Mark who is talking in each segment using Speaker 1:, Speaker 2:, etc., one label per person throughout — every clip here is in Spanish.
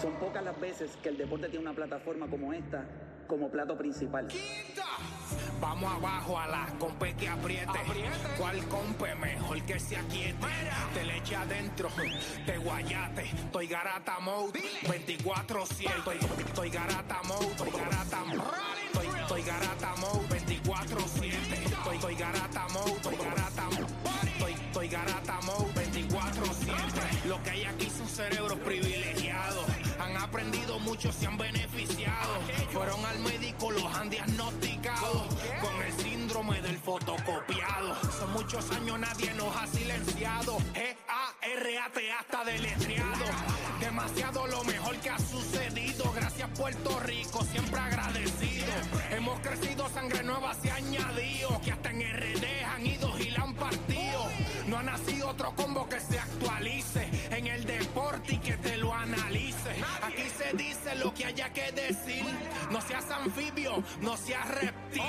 Speaker 1: Son pocas las veces que el deporte tiene una plataforma como esta como plato principal.
Speaker 2: Vamos abajo a la compe que apriete. ¿Cuál compe mejor que se aquiete? Te le eche adentro, te guayate. Estoy garata mode, 24-7. Estoy, estoy garata mode, estoy garata mode. Estoy, estoy garata mode, 24-7. Estoy, estoy garata mode, estoy garata mode. Estoy, estoy garata mode, 24-7. Lo que hay aquí son cerebros privilegiados. Han aprendido mucho, se han beneficiado. Fueron al médico, los han diagnosticado con el síndrome del fotocopiado. Son muchos años, nadie nos ha silenciado. G-A-R-A-T hasta deletreado. Demasiado lo mejor que ha sucedido. Gracias, Puerto Rico, siempre agradecido. Hemos crecido, sangre nueva se ha añadido. Que hasta en RD han ido y la han partido. No ha nacido otro combo que se actualice en el deporte y que te lo analice. Aquí se dice lo que haya que decir. No seas anfibio, no seas reptil.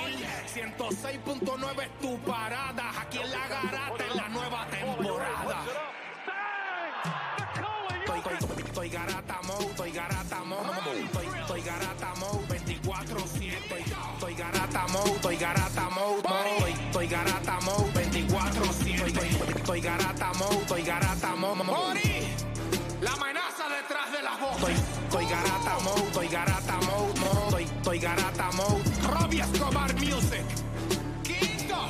Speaker 2: 106.9 es tu parada. Aquí en la garata en la nueva temporada. Estoy, estoy, estoy garata mode, estoy garata mode, estoy, estoy garata mode, 24-7. Estoy garata mode, estoy garata mode, mode. Estoy, estoy garata mode, 24-7. Estoy, estoy garata mode, estoy garata mode, mode. La amenaza detrás de la voz. Estoy, estoy garata mode, estoy garata mode, mode. Estoy, estoy garata mode. Robbie Escobar Music. Quinto.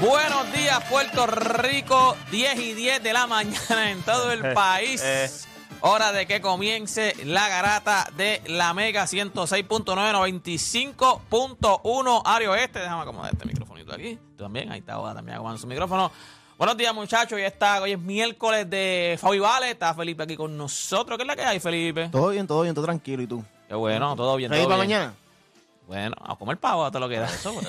Speaker 3: Buenos días, Puerto Rico. 10 y 10 de la mañana en todo el país.
Speaker 4: eh.
Speaker 3: Hora de que comience la garata de la Mega 106.995.1 área oeste. Déjame acomodar este microfonito aquí. Tú también, ahí está ahora también acomodando su micrófono. Buenos días, muchachos. Hoy, está, hoy es miércoles de Fabi Vale. Está Felipe aquí con nosotros. ¿Qué es la que hay, Felipe?
Speaker 4: Todo bien, todo bien, todo tranquilo. ¿Y tú?
Speaker 3: Qué bueno, todo bien.
Speaker 4: ¿Ready
Speaker 3: todo
Speaker 4: para
Speaker 3: bien.
Speaker 4: mañana?
Speaker 3: Bueno, a comer pavo, a todo lo que da. Eso,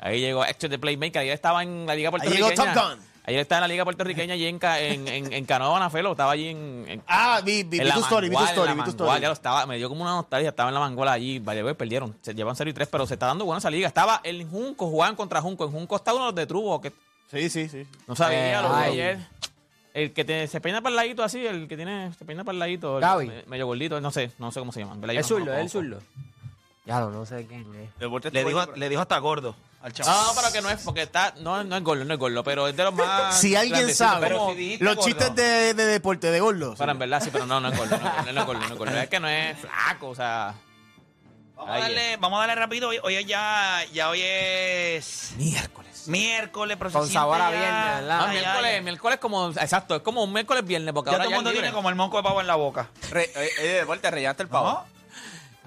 Speaker 3: Ahí llegó Héctor de Playmaker. Ayer estaba en la Liga Puertorriqueña.
Speaker 4: llegó Top Gun.
Speaker 3: Ayer estaba en la Liga Puertorriqueña allí en, Ca- en, en, en Canoa Banafelo. Estaba allí en. en
Speaker 4: Ah, vi, vi,
Speaker 3: en
Speaker 4: vi
Speaker 3: la
Speaker 4: tu story, vi tu
Speaker 3: Mangual, en
Speaker 4: story,
Speaker 3: la
Speaker 4: vi tu
Speaker 3: Mangual.
Speaker 4: story.
Speaker 3: Ya lo estaba, me dio como una nostalgia. Estaba en la mangola allí. Vale, güey, perdieron. Se llevan 0 y 3, pero se está dando buena esa liga. Estaba en Junco, jugaban contra Junco. En Junco está uno de los de Trubo, que
Speaker 4: Sí, sí, sí.
Speaker 3: no sabía
Speaker 5: Eh,
Speaker 3: lo de
Speaker 5: ay.
Speaker 3: ayer. El que te- se peina para el ladito así, el que tiene, se peina para el ladito, el
Speaker 5: Gaby.
Speaker 3: me- medio gordito, no sé, no sé cómo se llama. en verdad yo
Speaker 5: El
Speaker 3: no
Speaker 5: zurdo,
Speaker 3: lo
Speaker 5: el
Speaker 3: conozco.
Speaker 5: zurdo. Ya lo no sé quién es.
Speaker 6: Le dijo, le dijo hasta gordo al chavo.
Speaker 4: Ah,
Speaker 3: No, pero que no es, porque está, no, no es gordo, no es gordo, pero es de los más.
Speaker 4: Si alguien
Speaker 3: grandecitos,
Speaker 4: sabe
Speaker 3: como-
Speaker 4: los chistes de, de deporte de gordos.
Speaker 3: Pero en verdad sí, pero no, no es gordo, no es gordo, no es gordo, no es gordo. Es que no es flaco, o sea.
Speaker 6: Vamos a darle, vamos a darle rápido. Hoy, hoy es ya, ya hoy es
Speaker 3: Miércoles.
Speaker 6: miércoles, pero se
Speaker 5: Con
Speaker 6: siente
Speaker 5: sabor a
Speaker 6: ya-
Speaker 5: viernes, ¿verdad?
Speaker 3: No,
Speaker 6: ya,
Speaker 3: Ah, miércoles,
Speaker 6: Ah, ya.
Speaker 3: miércoles como, exacto, es como un miércoles viernes, porque
Speaker 6: Ya
Speaker 3: ahora
Speaker 6: todo el
Speaker 3: ya es
Speaker 6: mundo tiene
Speaker 3: libre.
Speaker 6: como el monco de pavo en la boca.
Speaker 3: eh,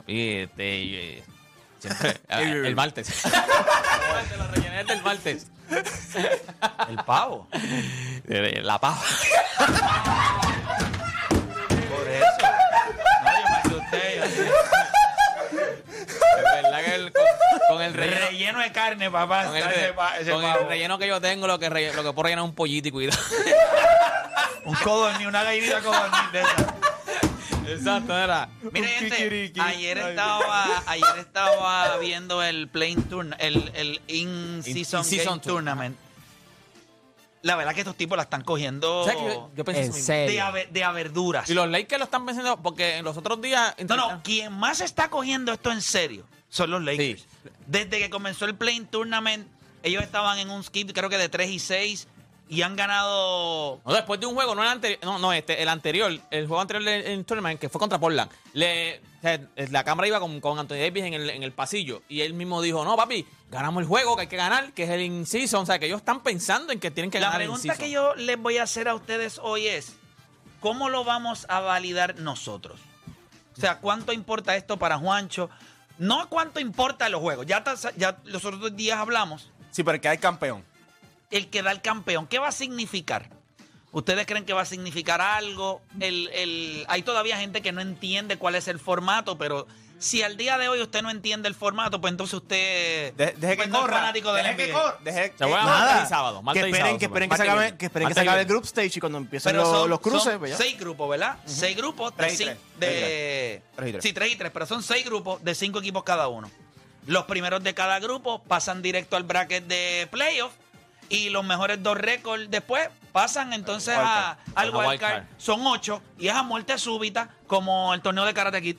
Speaker 3: Y, este, y, eh, siempre, ah, el martes. Los rellenes del martes.
Speaker 6: ¿No? El pavo.
Speaker 3: Eh, La paja.
Speaker 6: Por eso. No, yo me asusté. yo dije,
Speaker 3: Es verdad que el- con, con el relleno.
Speaker 6: Relleno de carne, papá.
Speaker 3: Con
Speaker 6: está ese
Speaker 3: el,
Speaker 6: pa- ese
Speaker 3: con el
Speaker 6: pavo.
Speaker 3: relleno que yo tengo, lo que, relle- lo que puedo rellenar es un pollito y cuidado.
Speaker 6: Un codorní, una gallinita codorní de esa.
Speaker 3: Exacto, era.
Speaker 6: Mira, gente,
Speaker 4: kikiriki.
Speaker 6: ayer
Speaker 4: Ay.
Speaker 6: estaba, ayer estaba viendo el Playing Tournament, el, el In-Season
Speaker 3: In-season
Speaker 6: Game Tournament. La verdad que estos tipos la están cogiendo
Speaker 3: ¿Sabes qué? Yo, yo pensé
Speaker 5: En
Speaker 3: eso mismo.
Speaker 6: de,
Speaker 5: serio.
Speaker 6: ave- de a verduras.
Speaker 3: Y los Lakers lo están pensando porque en los otros días.
Speaker 6: No, no, quien más está cogiendo esto en serio son los Lakers.
Speaker 3: Sí.
Speaker 6: Desde que comenzó el Playing Tournament, ellos estaban en un skip creo que de 3 y 6 y han ganado...
Speaker 3: No, después de un juego, no el anterior, no, no, este, el anterior, el juego anterior del- en Tournament, que fue contra Portland, le, o sea, la cámara iba con, con Anthony Davis en el, en el pasillo y él mismo dijo, no, papi, ganamos el juego que hay que ganar, que es el in-season, o sea, que ellos están pensando en que tienen que
Speaker 6: La
Speaker 3: ganar el
Speaker 6: pregunta
Speaker 3: in-season.
Speaker 6: que yo les voy a hacer a ustedes hoy es, ¿cómo lo vamos a validar nosotros? O sea, ¿cuánto importa esto para Juancho? No cuánto importa los juegos. Ya, tas- ya los otros dos días hablamos.
Speaker 4: Sí, pero el que hay campeón.
Speaker 6: El que da el campeón, ¿qué va a significar? ¿Ustedes creen que va a significar algo? El- el- hay todavía gente que no entiende cuál es el formato, pero si al día de hoy usted no entiende el formato, pues entonces usted
Speaker 4: De- deje
Speaker 6: pues
Speaker 4: que
Speaker 6: no es
Speaker 4: corra.
Speaker 6: fanático del
Speaker 4: Deje que
Speaker 6: NBA.
Speaker 4: corra. Deje
Speaker 3: Se juega
Speaker 4: nada.
Speaker 3: martes y sábado, martes
Speaker 4: que
Speaker 3: y
Speaker 4: esperen,
Speaker 3: sábado,
Speaker 4: que
Speaker 3: Super.
Speaker 4: esperen que se
Speaker 3: Martes y
Speaker 4: acabe,
Speaker 3: viernes.
Speaker 4: que esperen que se
Speaker 3: Martes y
Speaker 4: acabe el
Speaker 3: viernes.
Speaker 4: group stage y cuando empiecen
Speaker 6: Pero
Speaker 4: los,
Speaker 6: son-
Speaker 4: los cruces,
Speaker 6: son
Speaker 4: pues ya.
Speaker 6: seis grupos, ¿verdad? Seis grupos de
Speaker 4: Tres y
Speaker 6: cin-
Speaker 4: tres.
Speaker 6: de-
Speaker 4: Tres y tres.
Speaker 6: Sí, tres y tres, pero son seis grupos de cinco equipos cada uno. Los primeros de cada grupo pasan directo al bracket de playoff y los mejores dos récords después pasan entonces a,
Speaker 3: Wildcard.
Speaker 6: al
Speaker 3: A wildcard.
Speaker 6: wildcard. Son ocho y es a muerte súbita como el torneo de Karate Kid.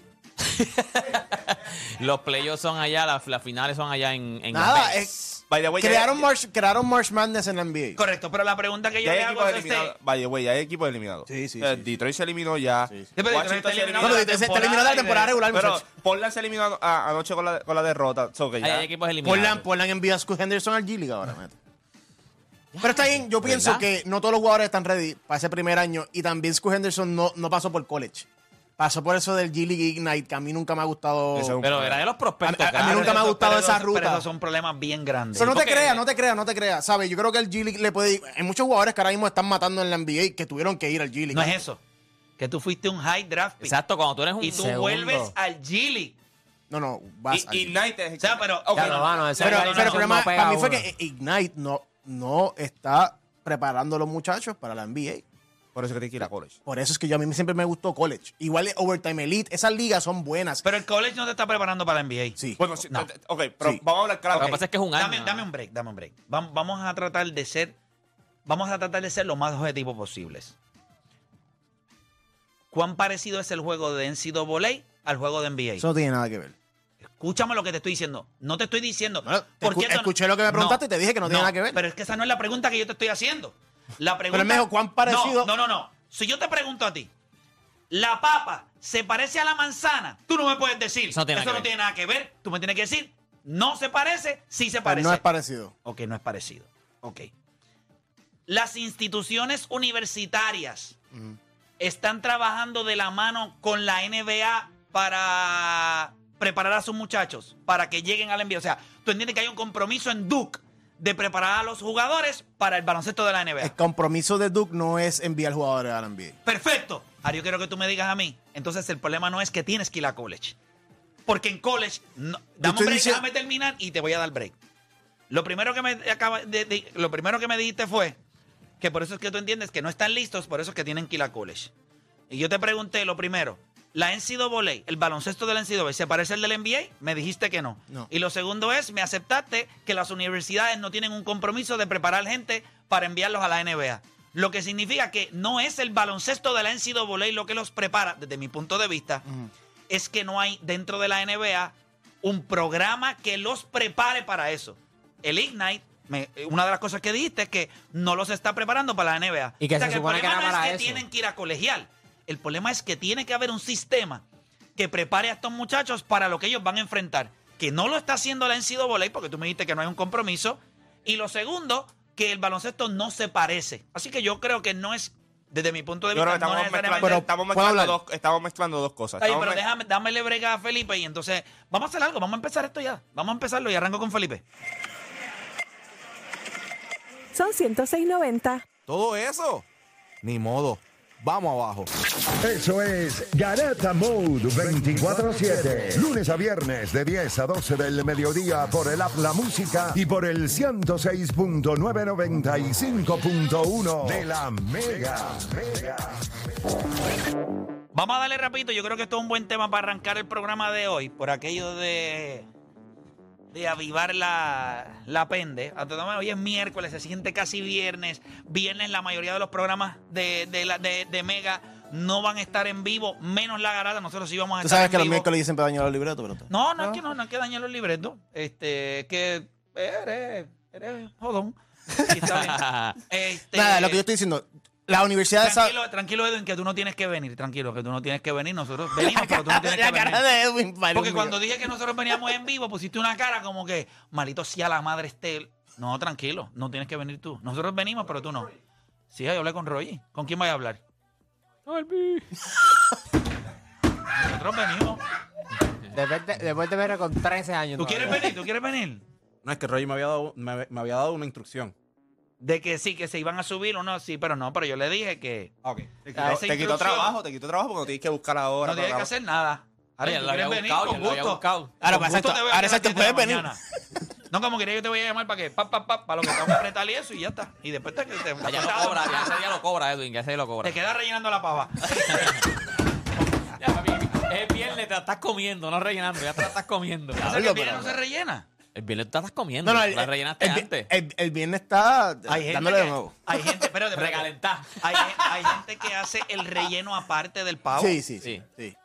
Speaker 3: Los playoffs son allá, las, las finales son allá en, en Las
Speaker 4: Nada,
Speaker 3: Vegas.
Speaker 4: es,
Speaker 7: By the way, ya-
Speaker 4: crearon, March, crearon March Madness en la NBA.
Speaker 6: Correcto, pero la pregunta que yo
Speaker 7: Ya hay
Speaker 6: le hago
Speaker 7: equipos
Speaker 6: es este,
Speaker 7: eliminados. By the way, ya hay equipos eliminados.
Speaker 4: Sí, sí,
Speaker 7: O sea,
Speaker 4: sí.
Speaker 7: Detroit se eliminó ya.
Speaker 4: Sí, sí.
Speaker 6: pero Detroit
Speaker 7: Washington
Speaker 6: está
Speaker 7: se
Speaker 6: eliminado.
Speaker 4: No,
Speaker 7: eliminó.
Speaker 4: pero se- se terminó la temporada regular,
Speaker 7: Pero
Speaker 4: muchachos.
Speaker 7: Portland se eliminó ah, anoche con la, con la derrota. So que
Speaker 3: Hay,
Speaker 7: ya-
Speaker 3: hay equipos eliminados.
Speaker 4: Portland, Portland envía a Scoot Henderson al G-League ahora, mate. Pero está bien, yo pienso
Speaker 3: ¿Verdad?
Speaker 4: que no todos los jugadores están ready para ese primer año y también Scoot Henderson no, no pasó por college. Pasó por eso del G-League Ignite, que a mí nunca me ha gustado.
Speaker 7: Ese es un-
Speaker 3: Pero era de los prospectos.
Speaker 4: A- a- a mí
Speaker 3: claro.
Speaker 4: nunca me ha
Speaker 6: Pero
Speaker 4: gustado
Speaker 6: esos-
Speaker 4: esa
Speaker 6: pero
Speaker 4: ruta.
Speaker 6: esos son problemas bien grandes.
Speaker 4: Pero no te
Speaker 3: porque-
Speaker 4: creas, no te creas, no te creas. ¿Sabes? Yo creo que el G-League le puede. Hay muchos jugadores que ahora mismo están matando en la NBA que tuvieron que ir al G-League.
Speaker 6: No es eso. Que tú fuiste un high draft pick
Speaker 3: Exacto, cuando tú eres un...
Speaker 6: y tú
Speaker 5: Segundo.
Speaker 6: vuelves al Gili.
Speaker 4: No, no, vas al
Speaker 7: Y-
Speaker 4: G-League.
Speaker 7: United.
Speaker 6: O sea, pero-
Speaker 7: Ok,
Speaker 5: Ya no, mano, ese
Speaker 4: Pero,
Speaker 5: Ignite
Speaker 4: pero el
Speaker 5: no
Speaker 4: problema
Speaker 5: pega
Speaker 4: para mí fue
Speaker 5: uno.
Speaker 4: que Ignite no, no está preparando a los muchachos para la NBA.
Speaker 7: Por eso que tiene que ir a college.
Speaker 4: Por eso es que yo a mí siempre me gustó college. Igual Overtime Elite, esas ligas son buenas.
Speaker 6: Pero el college no te está preparando para la NBA.
Speaker 4: sí.
Speaker 7: Bueno, sí,
Speaker 3: No.
Speaker 7: t- t- ok, pero
Speaker 4: Sí.
Speaker 7: vamos a hablar claro.
Speaker 3: Lo que pasa es que es un año.
Speaker 6: Dame, dame un break, dame un break. Vam- Vamos a tratar de ser, vamos a tratar de ser lo más objetivos posibles. ¿Cuán parecido es el juego de NCAA al juego de NBA?
Speaker 4: Eso no tiene nada que ver.
Speaker 6: Escúchame lo que te estoy diciendo. No te estoy diciendo.
Speaker 4: Bueno, te
Speaker 6: ¿por
Speaker 4: escu-
Speaker 6: qué tú no-
Speaker 4: escuché lo que me preguntaste y te dije que no tiene nada que ver.
Speaker 6: Pero es que esa no es la pregunta que yo te estoy haciendo. La pregunta.
Speaker 4: me dijo, ¿cuán parecido?
Speaker 6: No, no, no, no. Si yo te pregunto a ti, ¿la papa se parece a la manzana? Tú no me puedes decir.
Speaker 3: Eso no tiene nada que ver.
Speaker 6: tiene nada que ver. Tú me tienes que decir, no se parece, sí se
Speaker 4: Pero
Speaker 6: parece.
Speaker 4: no es parecido.
Speaker 6: Ok, no es parecido. Ok. Las instituciones universitarias están trabajando de la mano con la NBA para preparar a sus muchachos para que lleguen al NBA. O sea, tú entiendes que hay un compromiso en Duke de preparar a los jugadores para el baloncesto de la NBA.
Speaker 4: El compromiso de Duke no es enviar jugadores a la NBA.
Speaker 6: Perfecto. Ahora yo quiero que tú me digas a mí. Entonces el problema no es que tienes que ir a college. Porque en college, no- dame un
Speaker 4: estoy
Speaker 6: break,
Speaker 4: diciendo-
Speaker 6: déjame terminar y te voy a dar break. Lo primero que me acaba de- de- lo primero que me dijiste fue que por eso es que tú entiendes que no están listos, por eso es que tienen que ir a college. Y yo te pregunté lo primero, la NCAA, el baloncesto de la NCAA, ¿se parece al del NBA? Me dijiste que no.
Speaker 4: No.
Speaker 6: Y lo segundo es, me aceptaste que las universidades no tienen un compromiso de preparar gente para enviarlos a la NBA. Lo que significa que no es el baloncesto de la NCAA lo que los prepara, desde mi punto de vista, es que no hay dentro de la NBA un programa que los prepare para eso. El Ignite, me- eh, una de las cosas que dijiste es que no los está preparando para la NBA.
Speaker 5: Y que se
Speaker 6: el
Speaker 5: supone que era
Speaker 6: problema no es
Speaker 5: para
Speaker 6: que
Speaker 5: eso.
Speaker 6: tienen que ir a colegial. El problema es que tiene que haber un sistema que prepare a estos muchachos para lo que ellos van a enfrentar. Que no lo está haciendo la NCAA porque tú me dijiste que no hay un compromiso. Y lo segundo, que el baloncesto no se parece. Así que yo creo que no es, desde mi punto de
Speaker 7: Yo creo
Speaker 6: vista,
Speaker 7: que
Speaker 6: no
Speaker 7: estamos
Speaker 6: necesariamente-
Speaker 7: mezclando, estamos,
Speaker 4: ¿puedo
Speaker 7: mezclando
Speaker 4: hablar?
Speaker 7: dos, estamos mezclando dos cosas.
Speaker 6: Está bien,
Speaker 7: Estamos
Speaker 6: pero
Speaker 7: mez-
Speaker 6: déjame, dámele brega a Felipe y entonces vamos a hacer algo, vamos a empezar esto ya. Vamos a empezarlo y arranco con Felipe.
Speaker 8: Son 106.90.
Speaker 9: Todo eso, ni modo. Vamos abajo.
Speaker 10: Eso es Garata Mode 24-7. Lunes a viernes de 10 a 12 del mediodía por el App La Música y por el 106.995.1 de la Mega.
Speaker 6: Vamos a darle rapidito. Yo creo que esto es un buen tema para arrancar el programa de hoy. Por aquello de. de avivar la, la pende. Antes de nada, Hoy es miércoles, se siente casi viernes. Viernes, la mayoría de los programas de, de la- de- de Mega no van a estar en vivo, menos la garata. Nosotros sí vamos a
Speaker 4: Tú
Speaker 6: estar
Speaker 4: sabes
Speaker 6: en
Speaker 4: que los
Speaker 6: vivo.
Speaker 4: miércoles dicen para dañar los libretos, pero...
Speaker 6: No, no, es que no, no es que dañen los libretos. Este, es que eres, eres jodón. Y está bien. Este,
Speaker 4: Nada, lo que yo estoy diciendo, la universidad de San...
Speaker 6: Tranquilo, tranquilo, Edwin, que tú no tienes que venir. Tranquilo, que tú no tienes que venir. Nosotros venimos, pero tú no tienes
Speaker 4: Ah, La
Speaker 6: que venir.
Speaker 4: cara de Edwin, vale,
Speaker 6: Porque
Speaker 4: mío.
Speaker 6: cuando dije que nosotros veníamos en vivo, pusiste una cara como que, malito sea la madre esté. No, tranquilo, no tienes que venir tú. Nosotros venimos, pero tú no. Sí, yo hablé con Roy. ¿Con quién voy a hablar? Nosotros venimos.
Speaker 5: Después de, después de verlo con 13 años.
Speaker 6: ¿Tú quieres venir? ¿Tú quieres venir?
Speaker 9: No, es que Roger me había dado, me, había- me había dado una instrucción.
Speaker 6: De que sí, que se iban a subir o no, sí, pero no, pero yo le dije que.
Speaker 7: Ah,
Speaker 9: Ok. Te
Speaker 6: A
Speaker 9: quitó, te
Speaker 6: esa
Speaker 9: quitó
Speaker 6: instrucción-
Speaker 9: trabajo, te quitó trabajo porque no tienes que buscar ahora.
Speaker 6: No tienes que
Speaker 9: programa.
Speaker 6: hacer nada. Ahora,
Speaker 3: Oye,
Speaker 6: tú
Speaker 3: lo había
Speaker 6: quieres venir,
Speaker 3: buscado,
Speaker 6: con
Speaker 3: yo lo había
Speaker 6: gusto.
Speaker 3: buscado.
Speaker 4: Ahora,
Speaker 6: Con
Speaker 4: pues,
Speaker 6: gusto
Speaker 4: exacto,
Speaker 6: te veo
Speaker 4: ahora,
Speaker 6: aquí a las
Speaker 4: exacto,
Speaker 6: 7 de la
Speaker 4: puedes venir.
Speaker 6: mañana. No, como quería yo te voy a llamar para que pa, pa, pa, para lo que te vamos a apretar y eso y ya está. Y después te, te,
Speaker 3: Ya, ya lo cobra, ya ese día lo cobra, Edwin, ya ese día lo cobra.
Speaker 6: te quedas rellenando la pava.
Speaker 3: Ya, papi, es viernes, te la estás comiendo, no rellenando, ya te la estás comiendo.
Speaker 6: O sea, que el viernes no se rellena.
Speaker 3: El viernes te la estás comiendo,
Speaker 4: No, no,
Speaker 3: la rellenaste
Speaker 4: el- el-
Speaker 3: antes.
Speaker 4: El, el viernes está
Speaker 6: Hay gente
Speaker 4: dándole
Speaker 6: que-
Speaker 4: de nuevo.
Speaker 6: Hay gente, espérate, espérate.
Speaker 3: Recalentar.
Speaker 6: Hay, hay gente que hace el relleno aparte del pavo.
Speaker 4: Sí, sí, sí.
Speaker 3: Sí.
Speaker 4: sí.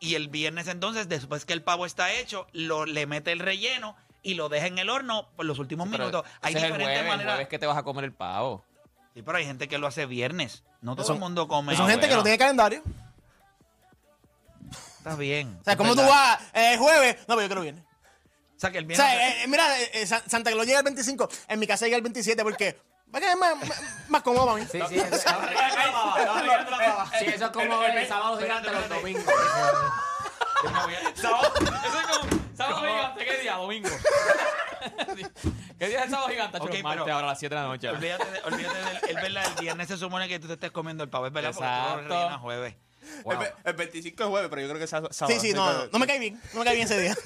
Speaker 6: Y el viernes entonces, después que el pavo está hecho, lo, le mete el relleno y lo deja en el horno por los últimos
Speaker 3: Pero
Speaker 6: minutos. Hay
Speaker 3: ese es el
Speaker 6: diferentes
Speaker 3: jueves, el
Speaker 6: maneras.
Speaker 3: jueves que te vas a comer el pavo.
Speaker 6: Sí, pero hay gente que lo hace viernes. No todo
Speaker 4: Son-
Speaker 6: el mundo come.
Speaker 4: Pero son gente que
Speaker 3: bueno.
Speaker 4: no tiene calendario. O
Speaker 6: Está bien.
Speaker 4: sea, ¿cómo tú
Speaker 6: ¿Verdad?
Speaker 4: vas eh, jueves? No, pero yo quiero viernes.
Speaker 6: O sea, que el
Speaker 4: O
Speaker 6: viernes.
Speaker 4: sea, eh, eh, mira, eh, eh, San- Santa Claus llega el 25, en mi casa llega el 27 porque va a quedar más, más, más cómodo para mí.
Speaker 5: Sí, sí, eso, sí, eso es como el, sábado gigante los domingos.
Speaker 3: Sábado, eso es como sábado gigante, ¿qué día? Domingo. ¿Qué día es el sábado gigante?
Speaker 6: Ok,
Speaker 3: Chon? Martes,
Speaker 6: pero-
Speaker 3: ahora a las 7 de la
Speaker 4: eh,
Speaker 3: noche.
Speaker 6: Olvídate, de, olvídate del el, verdad, el viernes se supone que tú te estés comiendo el pavo, es verdad, porque tú
Speaker 3: Exacto.
Speaker 6: lo rellenas jueves.
Speaker 3: Wow.
Speaker 7: El, ve- el 25 es jueves, pero yo creo que es sá- sábado.
Speaker 4: Sí, sí, no, no, no me cae bien. No me cae bien ese día.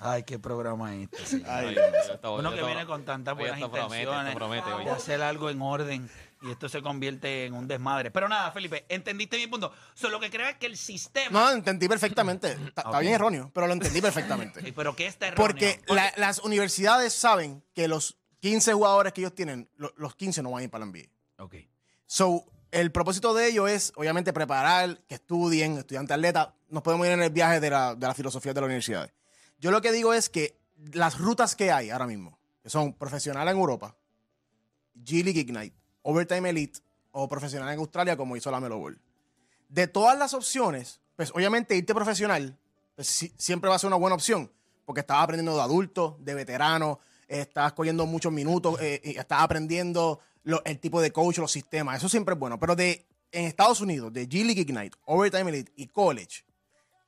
Speaker 6: Ay, qué programa es este. señor.
Speaker 3: Ay, Dios, esto-
Speaker 6: Uno que
Speaker 3: esto-
Speaker 6: viene con tantas
Speaker 3: oye,
Speaker 6: buenas
Speaker 3: esto promete,
Speaker 6: intenciones
Speaker 3: esto promete, oye.
Speaker 6: de hacer algo en orden y esto se convierte en un desmadre. Pero nada, Felipe, entendiste mi punto. Solo lo que creo es que el sistema.
Speaker 4: No, entendí perfectamente. Está, está
Speaker 6: Ok.
Speaker 4: bien erróneo, pero lo entendí perfectamente.
Speaker 6: Ay, Eh, Pero que está erróneo.
Speaker 4: Porque la- las universidades saben que los 15 jugadores que ellos tienen, lo- los 15 no van a ir para la NBA.
Speaker 6: Ok.
Speaker 4: So, el propósito de ellos es, obviamente, preparar, que estudien, estudiantes atletas. Nos podemos ir en el viaje de la, de la filosofía de las universidades. Yo lo que digo es que las rutas que hay ahora mismo, que son profesional en Europa, G League Ignite, Overtime Elite o profesional en Australia, como hizo la Melo Ball. De todas las opciones, pues obviamente irte profesional pues, sí- siempre va a ser una buena opción, porque estás aprendiendo de adultos, de veteranos, eh, estás cogiendo muchos minutos, eh, y estás aprendiendo lo- el tipo de coach, los sistemas, eso siempre es bueno. Pero de en Estados Unidos, de G League Ignite, Overtime Elite y College,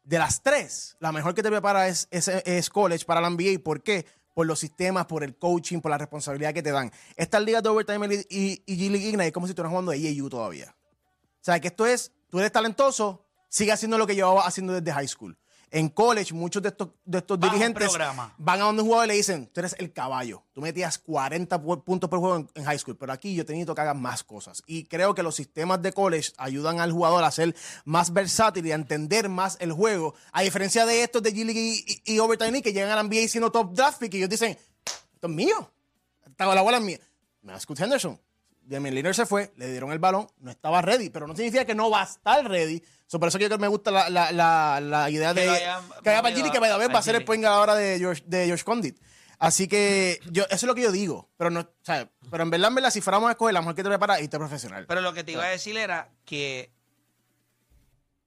Speaker 4: de las tres, la mejor que te prepara es, es, es college para la NBA. ¿Por qué? Por los sistemas, por el coaching, por la responsabilidad que te dan. Estas ligas de Overtime Elite y, y G League Ignite es como si estuvieras jugando de EAU todavía. O sea, que esto es, tú eres talentoso, sigue haciendo lo que llevaba haciendo desde high school. En college, muchos de estos, de estos
Speaker 6: Bajo
Speaker 4: dirigentes
Speaker 6: programa.
Speaker 4: van a donde un jugador y le dicen, tú eres el caballo, tú metías 40 pu- puntos por juego en, en high school, pero aquí yo te necesito que hagas más cosas. Y creo que los sistemas de college ayudan al jugador a ser más versátil y a entender más el juego, a diferencia de estos de G League y, y- y Overtime League que llegan a la NBA siendo top draft pick y ellos dicen, esto es mío, estaba la bola es mía. Me da Scoot Henderson. Damian Lillard se fue, le dieron el balón, no estaba ready, pero no significa que no va a estar ready. So, por eso que yo creo que me gusta la, la- la- la idea
Speaker 6: Que
Speaker 4: de
Speaker 6: lo hayan
Speaker 4: que haya
Speaker 6: movido
Speaker 4: para Gini,
Speaker 6: a-
Speaker 4: que by the way,
Speaker 6: a
Speaker 4: va a ser el
Speaker 6: Gini.
Speaker 4: point guard ahora de George, de George Condit. Así que yo, eso es lo que yo digo. Pero no, o sea, pero en verdad, en verdad, si fuéramos a escoger la mujer que te prepara, irte profesional.
Speaker 6: Pero lo que te
Speaker 4: Ah.
Speaker 6: iba a decir era que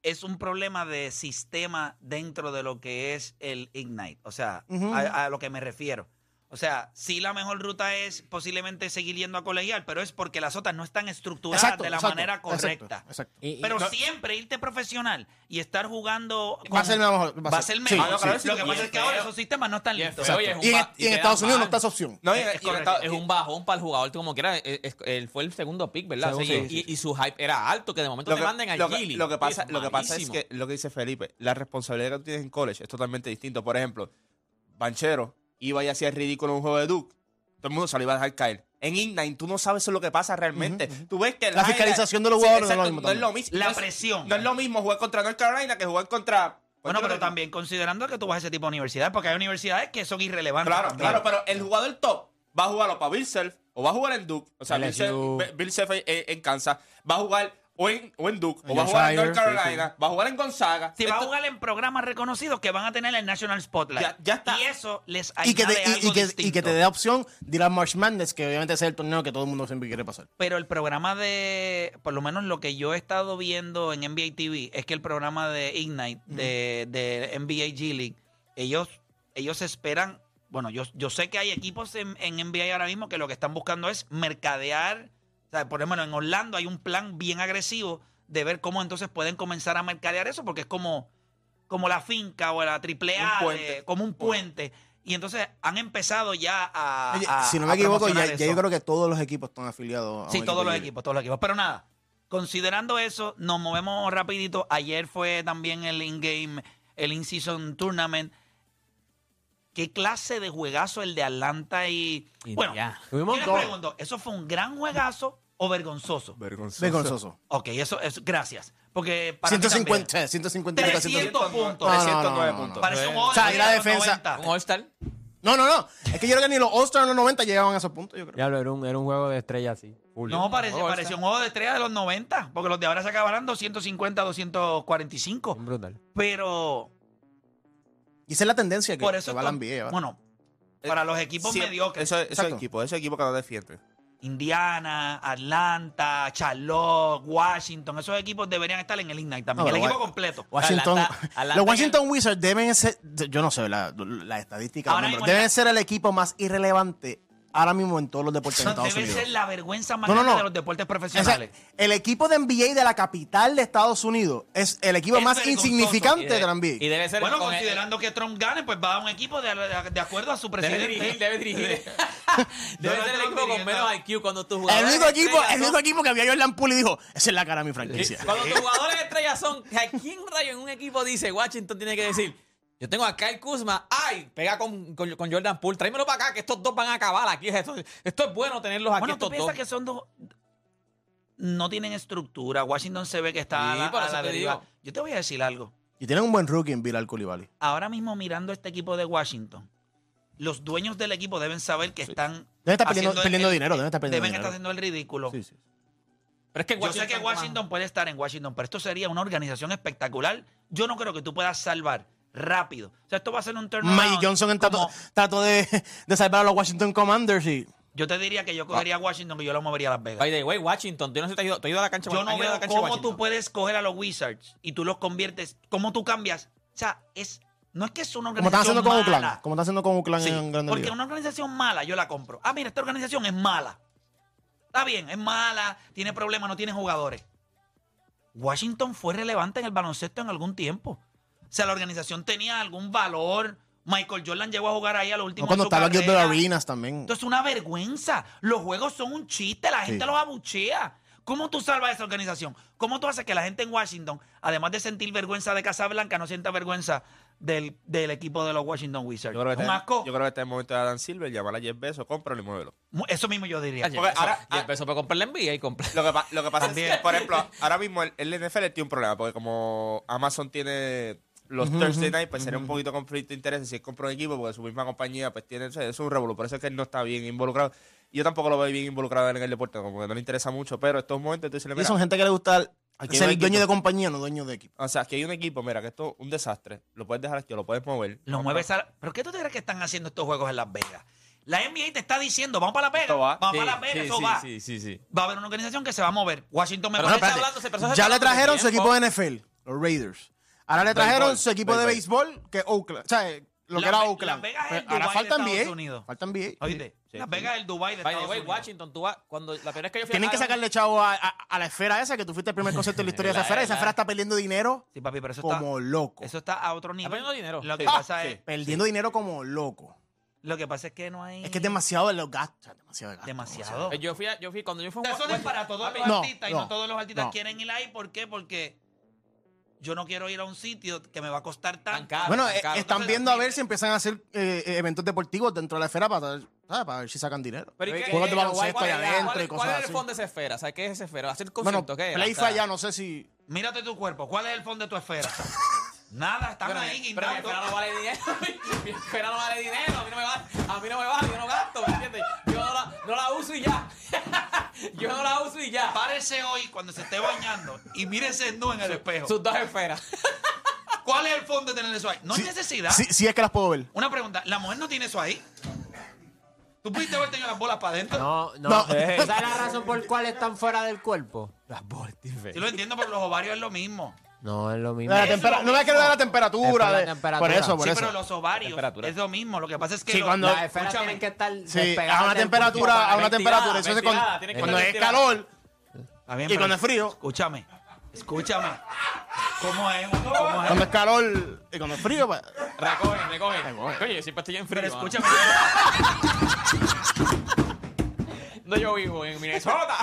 Speaker 6: es un problema de sistema dentro de lo que es el Ignite. O sea,
Speaker 4: Ujú.
Speaker 6: a, a lo que me refiero. O sea, sí la mejor ruta es posiblemente seguir yendo a colegial, pero es porque las otras no están estructuradas de la
Speaker 4: exacto,
Speaker 6: manera
Speaker 4: exacto,
Speaker 6: correcta.
Speaker 4: Exacto.
Speaker 5: Y, y-
Speaker 6: Pero siempre irte profesional y estar jugando
Speaker 4: Va a ser la mejor,
Speaker 6: Va a ser
Speaker 4: sí,
Speaker 6: mejor.
Speaker 4: sí.
Speaker 7: claro, sí.
Speaker 6: Lo que
Speaker 3: Y
Speaker 6: pasa
Speaker 3: es
Speaker 6: es que
Speaker 3: feo.
Speaker 6: ahora esos sistemas no están
Speaker 3: Y es
Speaker 6: listos.
Speaker 3: feo,
Speaker 6: Exacto.
Speaker 3: y es un
Speaker 4: Y, en- e-
Speaker 3: ba-
Speaker 4: y en
Speaker 3: queda
Speaker 4: Estados Unidos no
Speaker 3: mal.
Speaker 4: está esa opción.
Speaker 7: No, y-
Speaker 6: Es
Speaker 7: y-
Speaker 6: correcto,
Speaker 7: estaba-
Speaker 3: es un bajón para el jugador como quiera. es- es- Él fue el segundo pick, ¿verdad?
Speaker 9: Segundo,
Speaker 3: Sí, y,
Speaker 9: sí, sí.
Speaker 3: y su hype era alto, que de momento te manden a
Speaker 7: lo que-
Speaker 3: Gili.
Speaker 7: lo que pasa,
Speaker 3: Eso
Speaker 7: lo que pasa es
Speaker 3: malísimo.
Speaker 7: que lo que dice Felipe, la responsabilidad que tú tienes en college es totalmente distinto. Por ejemplo, Banchero iba y hacía el ridículo en un juego de Duke. Todo el mundo se lo iba a dejar caer. En Ignite tú no sabes lo que pasa realmente. Tú ves que el
Speaker 4: La
Speaker 7: highlight-
Speaker 4: fiscalización de los jugadores no es lo
Speaker 7: exacto,
Speaker 4: mismo
Speaker 7: no es lo
Speaker 4: también.
Speaker 7: mismo.
Speaker 6: La
Speaker 7: No es-
Speaker 6: presión.
Speaker 7: No es lo mismo jugar contra North Carolina que jugar contra.
Speaker 4: Pues
Speaker 6: Bueno, pero también considerando que tú vas a ese tipo de universidades, porque hay universidades que son irrelevantes.
Speaker 7: Claro,
Speaker 6: también.
Speaker 7: claro, pero el jugador top va a jugar o para Bill Self o va a jugar en Duke. O sea, Bill Self,
Speaker 9: LSU.
Speaker 7: Bill Self en, en Kansas va a jugar o en, o en Duke, o
Speaker 9: En
Speaker 7: va a jugar en
Speaker 9: Yorkshire,
Speaker 7: North
Speaker 9: sí,
Speaker 7: Carolina, va a jugar en Gonzaga.
Speaker 6: Si va a
Speaker 7: Esto-
Speaker 6: jugar en programas reconocidos que van a tener el National Spotlight.
Speaker 7: Ya- ya está.
Speaker 6: Y eso les
Speaker 4: Y que,
Speaker 6: añade
Speaker 4: te, y- y
Speaker 6: algo
Speaker 4: que, y
Speaker 6: distinto.
Speaker 4: que te dé opción de ir al March Madness, que obviamente ese es el torneo que todo el mundo siempre quiere pasar.
Speaker 6: Pero el programa de, por lo menos lo que yo he estado viendo en NBA TV, es que el programa de Ignite, de, de NBA G League, ellos, ellos esperan, bueno, yo, yo sé que hay equipos en, en NBA ahora mismo que lo que están buscando es mercadear, o sea, por ejemplo, en Orlando hay un plan bien agresivo de ver cómo entonces pueden comenzar a mercadear eso, porque es como, como la finca o la triple A,
Speaker 7: Un puente.
Speaker 6: de- como un puente. Y entonces han empezado ya a...
Speaker 4: Oye,
Speaker 6: a-
Speaker 4: si no
Speaker 6: Ah, a
Speaker 4: me equivoco, ya,
Speaker 6: promocionar
Speaker 4: ya
Speaker 6: eso.
Speaker 4: yo creo que todos los equipos están afiliados. a
Speaker 6: Sí,
Speaker 4: un
Speaker 6: todos los
Speaker 4: G League.
Speaker 6: equipos, todos los equipos. Pero nada, considerando eso, nos movemos rapidito. Ayer fue también el in-game, el in-season tournament. ¿Qué clase de juegazo el de Atlanta y...
Speaker 3: Y
Speaker 6: bueno,
Speaker 3: ya.
Speaker 6: yo
Speaker 9: Tuvimos
Speaker 6: les
Speaker 9: dos.
Speaker 6: pregunto, ¿eso fue un gran juegazo o vergonzoso?
Speaker 7: Vergonzoso.
Speaker 4: Vergonzoso.
Speaker 6: Ok, eso es... Gracias. Porque para mí también.
Speaker 4: 150, 150,
Speaker 6: 300 puntos.
Speaker 4: No, no,
Speaker 7: 309
Speaker 4: no, no,
Speaker 7: puntos.
Speaker 6: Parece un
Speaker 4: O sea,
Speaker 6: All-Star
Speaker 4: ahí la
Speaker 6: de los
Speaker 4: defensa-
Speaker 6: 90.
Speaker 3: Un All-Star.
Speaker 4: No, no, no. Es que yo creo que ni los All-Stars en los 90 llegaban a esos puntos, yo creo.
Speaker 9: Ya lo era un, era un juego de estrella así. full.
Speaker 6: No, parece,
Speaker 3: All-Star.
Speaker 6: pareció un juego de estrella de los 90, porque los de ahora se acabarán 250, 245.
Speaker 9: Brutal.
Speaker 6: Pero
Speaker 4: Y esa es la tendencia que,
Speaker 6: por eso...
Speaker 4: que va
Speaker 6: esto-
Speaker 4: la NBA. ¿verdad?
Speaker 6: bueno,
Speaker 3: Eh,
Speaker 6: para los equipos
Speaker 7: Sí,
Speaker 6: mediocres.
Speaker 7: Eso, esos
Speaker 4: Exacto.
Speaker 7: equipos, esos equipos que no defienden.
Speaker 6: Indiana, Atlanta, Charlotte, Washington, esos equipos deberían estar en el Ignite
Speaker 4: No,
Speaker 6: también. el
Speaker 4: pero
Speaker 6: equipo
Speaker 4: Wa-
Speaker 6: completo.
Speaker 4: Washington,
Speaker 3: Atlanta- Atlanta
Speaker 4: los Washington Wizards deben ser, yo no sé la, la estadística,
Speaker 6: Ahora
Speaker 4: los números,
Speaker 6: mismo
Speaker 4: deben
Speaker 6: la-
Speaker 4: ser el equipo más irrelevante ahora mismo en todos los deportes en
Speaker 6: Eso
Speaker 4: Estados
Speaker 6: debe
Speaker 4: Unidos.
Speaker 6: ser la vergüenza más
Speaker 4: No, no,
Speaker 6: grande
Speaker 4: no.
Speaker 6: de los deportes
Speaker 4: O sea,
Speaker 6: profesionales.
Speaker 4: el equipo de NBA de la capital de Estados Unidos es el equipo
Speaker 6: Es
Speaker 4: más
Speaker 6: vergonzoso.
Speaker 4: insignificante
Speaker 3: Y
Speaker 4: de,
Speaker 3: de-
Speaker 4: la NBA.
Speaker 3: Y debe ser.
Speaker 6: bueno,
Speaker 3: con-
Speaker 6: considerando que Trump gane, pues va a un equipo de, de acuerdo a su
Speaker 3: Debe
Speaker 6: presidente.
Speaker 3: dirigir, debe dirigir. debe ser el
Speaker 6: Donald Trump
Speaker 3: equipo con
Speaker 6: dirigiendo.
Speaker 3: menos IQ cuando tus
Speaker 4: el
Speaker 3: jugadores.
Speaker 4: único equipo,
Speaker 3: estrellas
Speaker 4: el único
Speaker 3: son-
Speaker 4: equipo que había Jordan Poole y dijo, esa es la cara de mi franquicia.
Speaker 3: Eh, Cuando tus jugadores estrellas son. ¿A quién rayo en un equipo dice Washington tiene que decir? Yo tengo a Kyle Kuzma. ¡Ay! Pega con, con, con Jordan Poole. Tráemelo para acá, que estos dos van a acabar aquí. Esto, esto es bueno tenerlos aquí,
Speaker 6: Bueno, tú
Speaker 3: estos
Speaker 6: piensas
Speaker 3: dos.
Speaker 6: que son dos. No tienen estructura. Washington se ve que está a
Speaker 3: Sí,
Speaker 6: la,
Speaker 3: por
Speaker 6: a
Speaker 3: eso
Speaker 6: la
Speaker 3: te
Speaker 6: deriva.
Speaker 3: digo.
Speaker 6: Yo te voy a decir algo.
Speaker 4: Y tienen un buen rookie en Bilal Coulibaly.
Speaker 6: Ahora mismo, mirando este equipo de Washington, los dueños del equipo deben saber que están.
Speaker 4: Deben estar perdiendo,
Speaker 6: haciendo el-
Speaker 4: perdiendo
Speaker 6: el-
Speaker 4: dinero, deben estar perdiendo
Speaker 6: Deben estar
Speaker 4: dinero.
Speaker 6: haciendo el ridículo.
Speaker 4: Sí, sí.
Speaker 3: Pero es que
Speaker 6: Yo sé que Washington puede estar en Washington, pero esto sería una organización espectacular. Yo no creo que tú puedas salvar rápido. O sea, esto va a ser un turnaround.
Speaker 4: Magic Johnson en
Speaker 6: como-
Speaker 4: trató, trató de, de salvar a los Washington Commanders y
Speaker 6: Yo te diría que yo cogería a Washington que yo lo movería a Las Vegas.
Speaker 3: By the way, Washington. Yo no sé si te has ido, te has ido a la cancha.
Speaker 6: Yo
Speaker 3: has
Speaker 6: no
Speaker 3: ido a la
Speaker 6: veo
Speaker 3: cancha de
Speaker 6: cómo tú
Speaker 3: Washington.
Speaker 6: puedes coger a los Wizards y tú los conviertes. ¿Cómo tú cambias? O sea, es, no es que es una
Speaker 4: como están
Speaker 6: organización
Speaker 4: haciendo con Oakland,
Speaker 6: mala.
Speaker 4: como están haciendo con Oakland
Speaker 6: Sí,
Speaker 4: en Grande
Speaker 6: porque
Speaker 4: Liga.
Speaker 6: una organización mala yo la compro. Ah, mira, esta organización es mala. Está bien, es mala, tiene problemas, no tiene jugadores. Washington fue relevante en el baloncesto en algún tiempo. O sea, la organización tenía algún valor. Michael Jordan llegó a jugar ahí a lo último
Speaker 4: No, cuando
Speaker 6: de su
Speaker 4: estaba Gilbert
Speaker 6: carrera.
Speaker 4: Arenas también.
Speaker 6: Esto es una vergüenza. Los juegos son un chiste, la gente
Speaker 4: Sí.
Speaker 6: los abuchea. ¿Cómo tú salvas esa organización? ¿Cómo tú haces que la gente en Washington, además de sentir vergüenza de Casablanca, no sienta vergüenza del, del equipo de los Washington Wizards?
Speaker 7: Yo creo que,
Speaker 6: un
Speaker 7: está-
Speaker 6: asco.
Speaker 7: yo creo que está el momento de Dan Silver, llamar a Jeff Bezos, cómpralo y muévelo.
Speaker 6: Mu- Eso mismo yo diría.
Speaker 3: Ah,
Speaker 7: Porque
Speaker 3: Jeff Bezos-
Speaker 7: ahora-
Speaker 3: Jeff Bezos puede comprar la envía y comprar.
Speaker 7: Lo que, pa- lo que pasa es que,
Speaker 6: También.
Speaker 7: por ejemplo, ahora mismo el, el NFL tiene un problema, porque como Amazon tiene los Thursday Night, pues sería un poquito conflicto de intereses si él compra un equipo, porque su misma compañía pues tiene, o sea, es un revolú, por eso es que él no está bien involucrado. Yo tampoco lo veo bien involucrado en el deporte, como que no le interesa mucho, pero en estos momentos tú dices,
Speaker 4: Y
Speaker 7: mira,
Speaker 4: son gente que le gusta
Speaker 7: Aquí
Speaker 4: ser
Speaker 7: no hay
Speaker 4: dueño
Speaker 7: equipo.
Speaker 4: de compañía, no dueño de equipo.
Speaker 7: o sea, aquí hay un equipo, mira, que esto es un desastre, lo puedes dejar aquí, lo puedes mover.
Speaker 6: Lo
Speaker 7: Vamos
Speaker 6: mueves a... ¿Pero qué tú te crees que están haciendo estos juegos en Las Vegas? La NBA te está diciendo, vamos para Las Vegas,
Speaker 7: Esto va.
Speaker 6: vamos
Speaker 3: Sí,
Speaker 6: para Las Vegas,
Speaker 3: sí,
Speaker 6: eso
Speaker 3: sí,
Speaker 6: va.
Speaker 3: Sí, sí, sí.
Speaker 6: Va a haber una organización que se va a mover. Washington me
Speaker 3: Pero
Speaker 6: parece-
Speaker 3: no está hablando- pero eso se está
Speaker 4: Ya le
Speaker 3: hablando hace
Speaker 4: trajeron su
Speaker 3: tiempo.
Speaker 4: equipo de NFL, los Raiders. Ahora le trajeron
Speaker 7: Béisbol,
Speaker 4: su equipo de béisbol, que es Oakland. O sea, eh, lo
Speaker 6: Las
Speaker 4: que era
Speaker 6: Ve-
Speaker 4: Oakland.
Speaker 6: Las Vegas es el
Speaker 4: Pero Ahora
Speaker 6: Dubái de
Speaker 4: faltan
Speaker 6: Estados
Speaker 4: 10.
Speaker 6: Unidos.
Speaker 4: Faltan 10.
Speaker 6: Oíste,
Speaker 7: Sí,
Speaker 6: Las
Speaker 7: sí.
Speaker 6: Vegas es el
Speaker 3: By
Speaker 6: Dubai de
Speaker 3: the
Speaker 6: Estados
Speaker 3: way,
Speaker 6: Unidos.
Speaker 3: Washington, tú vas. Cuando, la primera vez que yo fui a
Speaker 4: Tienen que
Speaker 3: Ireland-
Speaker 4: sacarle chavo a, a- a la esfera esa, que tú fuiste el primer concierto en la historia de esa esfera. Esa esfera está perdiendo dinero
Speaker 6: Sí, papi, pero eso está...
Speaker 4: como loco.
Speaker 6: Eso está a otro nivel.
Speaker 3: perdiendo dinero.
Speaker 6: Lo que,
Speaker 3: Sí.
Speaker 6: pasa
Speaker 3: Ah,
Speaker 6: es,
Speaker 3: sí.
Speaker 4: Perdiendo dinero como loco.
Speaker 6: lo que pasa es que no hay...
Speaker 4: Es que es demasiado de los gastos. Demasiado de gastos.
Speaker 6: Demasiado.
Speaker 3: Eh, Yo fui, a- yo fui cuando yo fui a
Speaker 6: Eso no es para todos los
Speaker 4: No,
Speaker 6: artistas y no
Speaker 4: no,
Speaker 6: todos los artistas
Speaker 4: no.
Speaker 6: quieren ir ahí. ¿Por qué? Porque yo no quiero ir a un sitio que me va a costar
Speaker 3: Tan
Speaker 6: tan
Speaker 3: caro.
Speaker 4: Bueno, eh,
Speaker 3: Claro,
Speaker 4: están
Speaker 6: entonces,
Speaker 4: viendo a ver
Speaker 6: mire.
Speaker 4: si empiezan a hacer eh, eh, eventos deportivos dentro de la esfera para, ¿sabes? Para ver si sacan dinero.
Speaker 3: Pero ¿y qué-
Speaker 4: Juegos de
Speaker 3: cuál-
Speaker 4: baloncesto
Speaker 3: cuál
Speaker 4: allá
Speaker 3: es la-
Speaker 4: adentro
Speaker 3: cuál-
Speaker 4: y
Speaker 3: ¿Cuál
Speaker 4: cosas
Speaker 3: es el
Speaker 4: así.
Speaker 3: fondo de esa esfera? O sea, ¿qué es esa esfera? ¿Hacer
Speaker 4: Bueno,
Speaker 3: concierto? ¿Qué?
Speaker 4: Play
Speaker 3: O sea,
Speaker 4: fue allá, no sé si.
Speaker 6: Mírate tu cuerpo. ¿Cuál es el fondo de tu esfera? Nada, están
Speaker 3: Pero,
Speaker 6: ahí
Speaker 3: pero mi
Speaker 6: guindando.
Speaker 3: esfera no vale dinero. mi esfera no vale dinero. A mí no me vale. A mí no me vale. Yo no gasto, ¿me entiendes? Yo no la, no la uso y ya. yo no la uso y ya.
Speaker 6: Párese hoy cuando se esté bañando y mírese no en el espejo.
Speaker 3: Sus dos esferas.
Speaker 6: ¿Cuál es el fondo de tener eso ahí? No hay necesidad.
Speaker 4: Sí, sí es que las puedo ver.
Speaker 6: Una pregunta, ¿la mujer no tiene eso ahí? ¿Tú pudiste haber tenido las bolas para adentro?
Speaker 5: No, no.
Speaker 4: No.
Speaker 5: ¿Sabes la razón por cual están fuera del cuerpo? Las vórtices.
Speaker 6: Sí lo entiendo, pero los ovarios es lo mismo.
Speaker 5: No, es lo mismo.
Speaker 4: La tempera- No me quiero dar la
Speaker 5: Es por
Speaker 4: temperatura.
Speaker 5: la
Speaker 4: de- Por
Speaker 5: temperatura.
Speaker 4: eso, por
Speaker 6: sí,
Speaker 4: eso.
Speaker 6: pero los ovarios
Speaker 3: Temperatura.
Speaker 6: es lo mismo. Lo que pasa es que
Speaker 4: Sí,
Speaker 6: lo-
Speaker 4: cuando-
Speaker 5: Las esferas
Speaker 6: Escúchame.
Speaker 5: tienen que estar
Speaker 4: Sí,
Speaker 5: despegadas
Speaker 4: a una
Speaker 5: del
Speaker 4: temperatura,
Speaker 5: cuerpo
Speaker 4: a una
Speaker 3: ventilada,
Speaker 4: temperatura. Eso se con-
Speaker 3: ventilada, tiene que
Speaker 4: Cuando
Speaker 3: estar
Speaker 4: es
Speaker 3: ventilada.
Speaker 4: calor
Speaker 6: Está
Speaker 4: y
Speaker 6: bien, pero-
Speaker 4: cuando es frío.
Speaker 6: Escúchame, escúchame. ¿Cómo es? ¿Cómo es?
Speaker 4: Cuando es calor y cuando es frío, pues,
Speaker 3: Recogen, recogen. Oye, yo siempre estoy en frío.
Speaker 6: Pero
Speaker 3: mano.
Speaker 6: escúchame.
Speaker 3: No, yo vivo en Minnesota.